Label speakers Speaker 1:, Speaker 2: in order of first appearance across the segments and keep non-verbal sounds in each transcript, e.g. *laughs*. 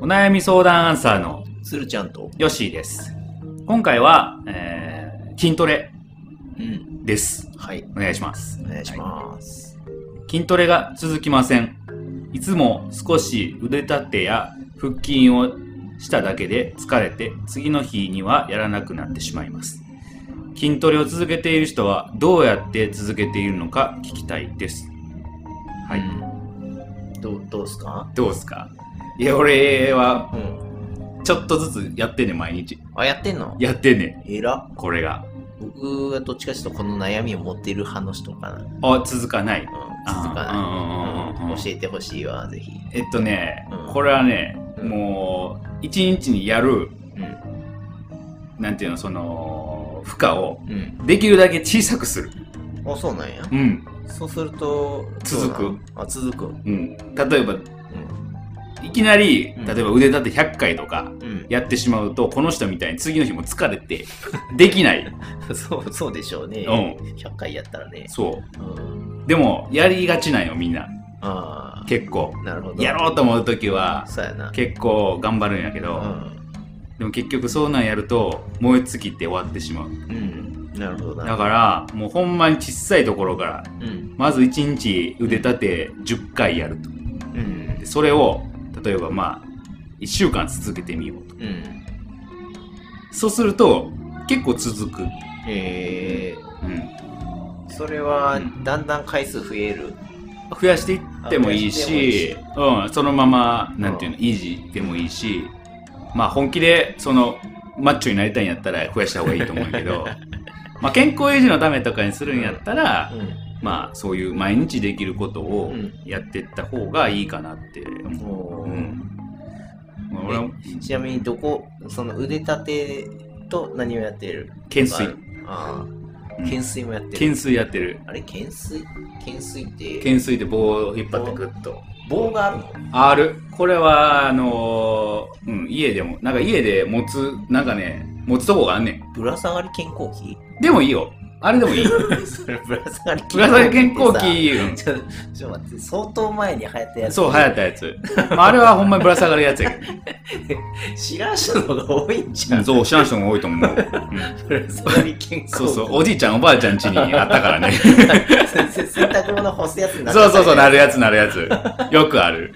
Speaker 1: お悩み相談アンサーの
Speaker 2: 鶴ちゃんと。
Speaker 1: ヨッシーです。今回は、えー筋トレ
Speaker 2: うん。
Speaker 1: です。
Speaker 2: はい。
Speaker 1: お願いします。
Speaker 2: お願いします。
Speaker 1: 筋トレが続きません。いつも少し腕立てや腹筋をしただけで疲れて、次の日にはやらなくなってしまいます。筋トレを続けている人はどうやって続けているのか聞きたいです。はい。
Speaker 2: うんどう、どうっすか
Speaker 1: どうですかいや、俺は
Speaker 2: うん。
Speaker 1: ちょっとずつやってんねん、毎日。
Speaker 2: あ、やってんの
Speaker 1: やってんねん、
Speaker 2: えら
Speaker 1: これが。
Speaker 2: 僕はどっちかというとこの悩みを持ってる派の人かな。うん。
Speaker 1: あ、続かない。
Speaker 2: 続
Speaker 1: あ
Speaker 2: か
Speaker 1: ーうんうんうんうん
Speaker 2: ない。うん教えてほしいわ、ぜひ。
Speaker 1: えっとね、
Speaker 2: うん
Speaker 1: これはね、
Speaker 2: うん
Speaker 1: もう、一日にやる、
Speaker 2: うん。
Speaker 1: なんていうの、その、負荷を、
Speaker 2: うん。
Speaker 1: できるだけ小さくする。
Speaker 2: あ、そうなんや。
Speaker 1: うん。
Speaker 2: そうすると、
Speaker 1: 続く
Speaker 2: どうなん。あ、続く。うん。
Speaker 1: うん。例えば、いきなり、
Speaker 2: うん
Speaker 1: 例えば腕立て100回とか、
Speaker 2: うん。
Speaker 1: やってしまうと、この人みたいに次の日も疲れて、でき
Speaker 2: *laughs*
Speaker 1: ない。
Speaker 2: そう、そうでしょうね。
Speaker 1: う
Speaker 2: 100回やったらね。
Speaker 1: そ
Speaker 2: うん。
Speaker 1: う。でも、やりがちなんよ、みんな。
Speaker 2: あ
Speaker 1: 結構。
Speaker 2: あ。なるほど。
Speaker 1: やろうと思うときは、
Speaker 2: そうやな。
Speaker 1: 結構頑張るんやけど、でも結局そうなんやると、燃え尽きて終わってしまう。
Speaker 2: うん。うん。なるほどな。
Speaker 1: だから、もうほんまに小さいところから、
Speaker 2: うん。
Speaker 1: まず1日腕立て10回やると。
Speaker 2: うん
Speaker 1: で。それを、例えばまあ、1週間続けてみようと。
Speaker 2: うん。
Speaker 1: そうすると、結構続く。
Speaker 2: え
Speaker 1: うん。
Speaker 2: ー、それはだんだん回数増える。
Speaker 1: 増やしていってもいい
Speaker 2: あ増やして
Speaker 1: し
Speaker 2: も、
Speaker 1: うん、そのまま、なんていうの、維持でもいいし、まあ本気で、その、マッチョになりたいんやったら増やした方がいいと思うけ *laughs* ど、まあ健康維持のためとかにするんやったら、まあそういう毎日できることを
Speaker 2: うん
Speaker 1: やっていった方がいいかなって
Speaker 2: う
Speaker 1: 思
Speaker 2: ん。
Speaker 1: う。
Speaker 2: お
Speaker 1: う
Speaker 2: ー
Speaker 1: ん。俺は
Speaker 2: えちなみにどこ、その腕立てと何をやってる
Speaker 1: 懸垂。
Speaker 2: ああ、
Speaker 1: うん
Speaker 2: 懸垂もやってる。
Speaker 1: 懸垂やってる。
Speaker 2: あれ懸垂懸垂って
Speaker 1: 懸垂で棒を引っ張ってグッと。
Speaker 2: 棒があるの
Speaker 1: R。これは、あのーうん、家でも、なんか家で持つ、なんかね、持つとこがあんねん。
Speaker 2: ぶら下がり健康
Speaker 1: *laughs*
Speaker 2: 器
Speaker 1: でもいいよ。あれでも *laughs* いい。
Speaker 2: それぶら下がり
Speaker 1: ぶら下がり健康
Speaker 2: って
Speaker 1: 器、
Speaker 2: さちょちょっと待って、相当前に流行った
Speaker 1: う
Speaker 2: や
Speaker 1: ん
Speaker 2: つ。
Speaker 1: そう、流行ったやつ。まあ、あれはほんまにぶら下がるやつやけど
Speaker 2: 知らん人の方が多いんじゃ。
Speaker 1: うんん。そう、知らん人も多いと思う。うん
Speaker 2: ぶら下がり健康器。
Speaker 1: そうそう、おじいちゃん、おばあちゃん家にあったからね。
Speaker 2: 先生 *laughs* 洗濯物干すやつになって
Speaker 1: そう
Speaker 2: たね
Speaker 1: そうそう、なるやつなるや
Speaker 2: *laughs*
Speaker 1: つ。よくある。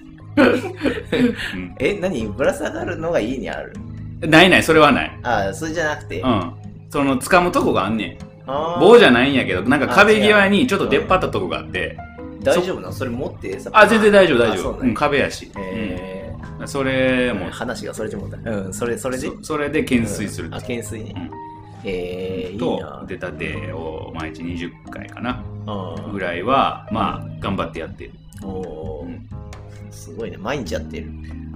Speaker 1: うん
Speaker 2: え何ぶら下がるのが家にある
Speaker 1: ないない、それはない。
Speaker 2: ああそれじゃなくて、
Speaker 1: う
Speaker 2: あ
Speaker 1: ん。その、掴むとこがあんねん。
Speaker 2: あ
Speaker 1: 棒じゃないんやけど、なんか壁際にちょっと出っ張ったとこがあって。
Speaker 2: 大丈夫なのそれ持ってさ
Speaker 1: あ、全然大丈夫、大
Speaker 2: あ
Speaker 1: 丈
Speaker 2: そう
Speaker 1: 夫。
Speaker 2: な
Speaker 1: うんん、
Speaker 2: や
Speaker 1: 壁やし。
Speaker 2: え
Speaker 1: うんそれ
Speaker 2: ー
Speaker 1: も、
Speaker 2: 話がそれでもうたうんそれそれで
Speaker 1: そそれで懸垂する
Speaker 2: うんあ。懸垂ね、えー、いい
Speaker 1: と
Speaker 2: な、
Speaker 1: 腕立てを毎日20回かな。
Speaker 2: うん
Speaker 1: ぐらいは、まあ、頑張ってやってる。
Speaker 2: おー
Speaker 1: うん
Speaker 2: すごいね毎日やってる、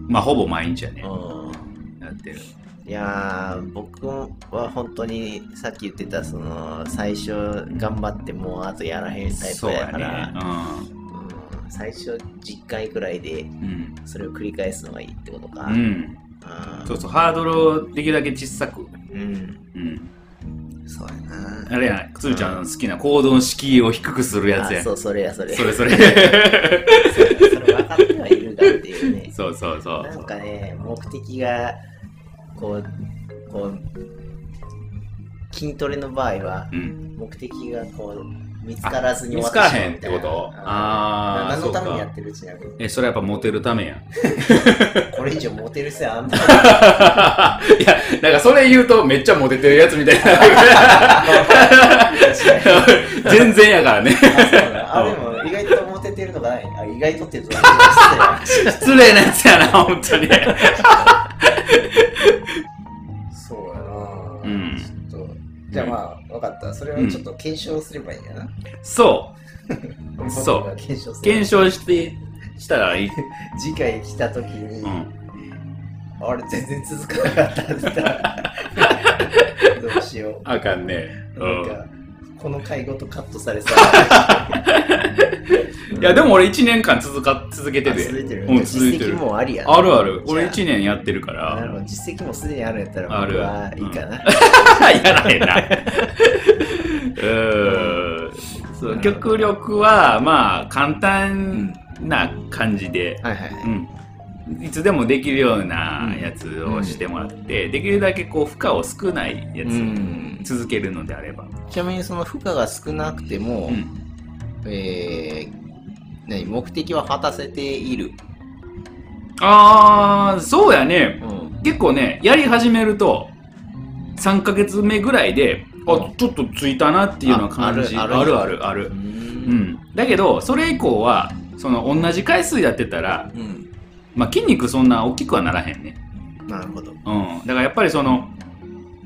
Speaker 1: まあ、ほぼ毎日やね。
Speaker 2: うん
Speaker 1: やってる。
Speaker 2: いやー僕は本当にさっき言ってたその最初頑張ってもうあとやらへんタイプ
Speaker 1: そう
Speaker 2: や
Speaker 1: や
Speaker 2: か
Speaker 1: ね
Speaker 2: ら。うん最初10回くらいで
Speaker 1: うん。うん。
Speaker 2: それを繰り返すのがいいってことか。
Speaker 1: うん。
Speaker 2: あー
Speaker 1: そうそう、ハードルをできるだけ小さく。
Speaker 2: うん。
Speaker 1: うん。
Speaker 2: そうやな。
Speaker 1: あれや、つるちゃんの好きな行動の敷居を低くするやつ
Speaker 2: あ
Speaker 1: や。
Speaker 2: そ、
Speaker 1: そう
Speaker 2: それや、それ。
Speaker 1: れそれ。 *laughs*
Speaker 2: それ分かってはいるがっていうね。
Speaker 1: そうそうそ
Speaker 2: な
Speaker 1: う。
Speaker 2: んかね、目的が、こう、こう、筋トレの場合は、
Speaker 1: うん、
Speaker 2: 目的がこう、見つからずに
Speaker 1: 見つ
Speaker 2: 終
Speaker 1: か
Speaker 2: わ
Speaker 1: ら
Speaker 2: しまう
Speaker 1: へんってこと
Speaker 2: あー
Speaker 1: あー
Speaker 2: 何のため
Speaker 1: そう
Speaker 2: に
Speaker 1: か
Speaker 2: やってるちなみに。
Speaker 1: え、それやっぱモテるためや。 *laughs*
Speaker 2: これ以上モテる人はあんまり。
Speaker 1: いや、なんかそれ言うとめっちゃモテてるやつみたいな。 *laughs* 全然やからね。
Speaker 2: あそうだあ、でも意外とモテてるのがない。あ、意外とって言うとなん *laughs* か失礼
Speaker 1: 失礼なやつやな、本当に。
Speaker 2: そうやな、
Speaker 1: うん
Speaker 2: ちょっとじゃあまあ、分かったそれをちょっと検証すればいいんやな、
Speaker 1: そそう
Speaker 2: 僕が検証
Speaker 1: う。
Speaker 2: する
Speaker 1: 検証して、したらいい。
Speaker 2: 次回来た時に、
Speaker 1: うん。
Speaker 2: あれ全然続かなかったって言っ
Speaker 1: *laughs*
Speaker 2: たらどうしよ
Speaker 1: あかんね。う
Speaker 2: うなん
Speaker 1: ん。
Speaker 2: かこの回ごとカットされそう
Speaker 1: いや、でも俺1年間続か、続けて
Speaker 2: あ
Speaker 1: て。
Speaker 2: 続いてる、
Speaker 1: うん、
Speaker 2: 実
Speaker 1: 続いて
Speaker 2: 績
Speaker 1: る。
Speaker 2: もありやな
Speaker 1: あるある。俺
Speaker 2: じゃ
Speaker 1: 1年やってるか
Speaker 2: あ
Speaker 1: ら。
Speaker 2: なるほど実績もすでにあるんやったら
Speaker 1: ある
Speaker 2: 僕はいいかな、
Speaker 1: やらへんな。うーんそう極力はまあ簡単な感じで、
Speaker 2: はいはいはい
Speaker 1: うん、いつでもできるようなやつをしてもらって、できるだけこう負荷を少ないや
Speaker 2: うん
Speaker 1: つ続けるのであれば、
Speaker 2: ちなみにその負荷が少なくても、
Speaker 1: うん
Speaker 2: えー何目的は果たせている。
Speaker 1: ああそうやね
Speaker 2: うん。
Speaker 1: 結構ねやり始めると3ヶ月目ぐらいであちょっとついたなっていうのは感じあ
Speaker 2: ああ
Speaker 1: る
Speaker 2: るあ
Speaker 1: あ
Speaker 2: る
Speaker 1: るある
Speaker 2: う。
Speaker 1: うんん、だけどそれ以降はその同じ回数やってたら、
Speaker 2: うん。
Speaker 1: まあ、筋肉そんな大きくはならへんね、
Speaker 2: なるほ
Speaker 1: う
Speaker 2: ど。
Speaker 1: ん、だからやっぱりその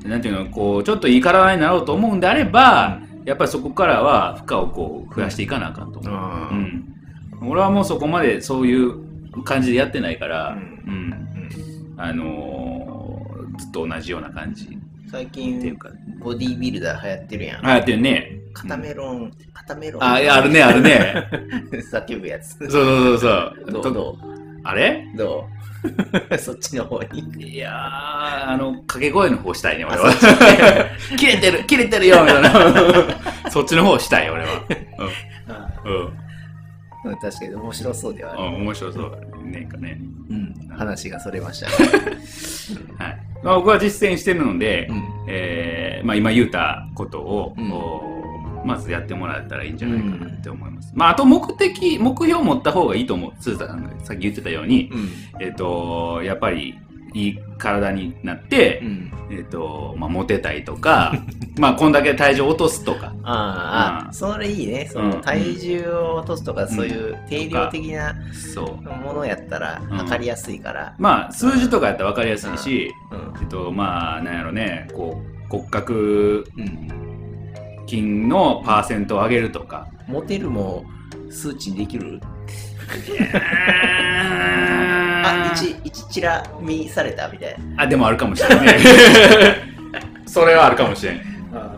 Speaker 1: なんていうのこうちょっといい体になろうと思うんであればやっぱりそこからは負荷をこう増やしていかなあかんと思う、
Speaker 2: あ
Speaker 1: う
Speaker 2: ー
Speaker 1: ん、俺はもうそこまでそういう感じでやってないから、
Speaker 2: う
Speaker 1: うん
Speaker 2: うん
Speaker 1: あのーずっと同じような感じっ
Speaker 2: 最
Speaker 1: ていう
Speaker 2: 近、
Speaker 1: か、
Speaker 2: ボディービルダー流行ってるやん。
Speaker 1: ああやってるね
Speaker 2: 肩メロン、肩メロン。
Speaker 1: あいやあるねあるね
Speaker 2: 叫ぶやつ。
Speaker 1: そうそうそうそ
Speaker 2: ど
Speaker 1: う
Speaker 2: う
Speaker 1: と
Speaker 2: ど
Speaker 1: あれ
Speaker 2: うどうそっちの方に。
Speaker 1: いやー、あの、掛け声の方したいね、俺は。切れてる、切れてるよ、みたいな。 *laughs* そっちの方したい、俺は。
Speaker 2: あ
Speaker 1: う
Speaker 2: ーうん確かに面白そうではあ
Speaker 1: ん。う
Speaker 2: る。
Speaker 1: ん、面白そう。ねんかね。
Speaker 2: うん。話がそれましたね。
Speaker 1: はい。まあ、僕は実践してるので、
Speaker 2: ん。
Speaker 1: えーまあ、今言うたことを、
Speaker 2: うん
Speaker 1: おまずやってもらったらいいんじゃないかなって思います。まあ、あと目的、目標を持った方がいいと思う。鈴田さんがさっき言ってたように、
Speaker 2: うん。
Speaker 1: えっ、と、やっぱり、いい体になって、
Speaker 2: うん。
Speaker 1: えっ、と、まあ、モテたいと
Speaker 2: *laughs*
Speaker 1: か、まあ、こんだけ体重落とすとか、
Speaker 2: あー
Speaker 1: う
Speaker 2: あ、
Speaker 1: ん
Speaker 2: それいいね。そうの
Speaker 1: ん
Speaker 2: 体重を落とすとか、そういう定量的な
Speaker 1: そう。
Speaker 2: ものやったら
Speaker 1: ん
Speaker 2: 測りやすいから。
Speaker 1: まあ、数字とかやったら分かりやすいし、
Speaker 2: うん。
Speaker 1: えっと、まあ、なんやろね、こう、骨格
Speaker 2: うん。
Speaker 1: 筋のパーセントを上げると *laughs* か。
Speaker 2: モテるも数値にできるあ、
Speaker 1: あ
Speaker 2: 一、一チラ見されたみたい
Speaker 1: あ、でもあるかもしれないね。 *laughs* それはあるかもしれない。
Speaker 2: な。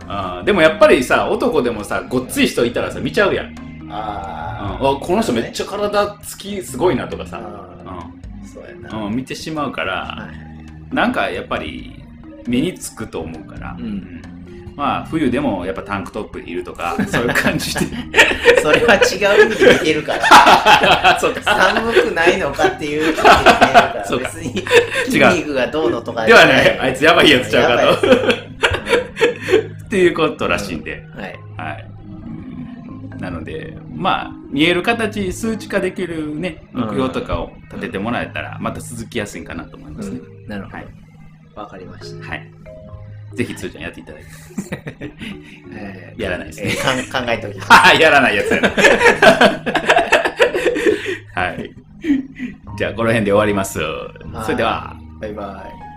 Speaker 1: あーでもやっぱりさ、男でもさ、ごっつい人いたらさ、見ちゃうやん。うんあ
Speaker 2: ああ。
Speaker 1: この人めっちゃ体つきすごいなとかさ、
Speaker 2: あーそうや
Speaker 1: う
Speaker 2: な。
Speaker 1: んうん、見てしまうから、
Speaker 2: はい
Speaker 1: なんかやっぱり目につくと思うから、
Speaker 2: うん
Speaker 1: うんまあ冬でもやっぱタンクトップいると *laughs* かそういう感じで
Speaker 2: それは違う意味で見てるから。
Speaker 1: *laughs* そうか
Speaker 2: 寒くないのかっていう意味で見てるから。
Speaker 1: そうか
Speaker 2: 別に筋
Speaker 1: 違う
Speaker 2: 肉がどうのとか
Speaker 1: ではねあいつやばいやつちゃうかと
Speaker 2: やばいや
Speaker 1: っていうことらしいんで、
Speaker 2: つはい。
Speaker 1: はいうんなのでまあ見える形数値化できるね目標とかを立ててもらえたらまた続きやすいかなと思いますね、
Speaker 2: うんなるほ
Speaker 1: はい
Speaker 2: ど。わかりました。
Speaker 1: はいぜひつーちゃんやっていただいて *laughs*
Speaker 2: え
Speaker 1: やらないですね
Speaker 2: えーかん考えときます。
Speaker 1: ははやらないやつやな *laughs* はいじゃあこの辺で終わりますそれでは
Speaker 2: バイバイ。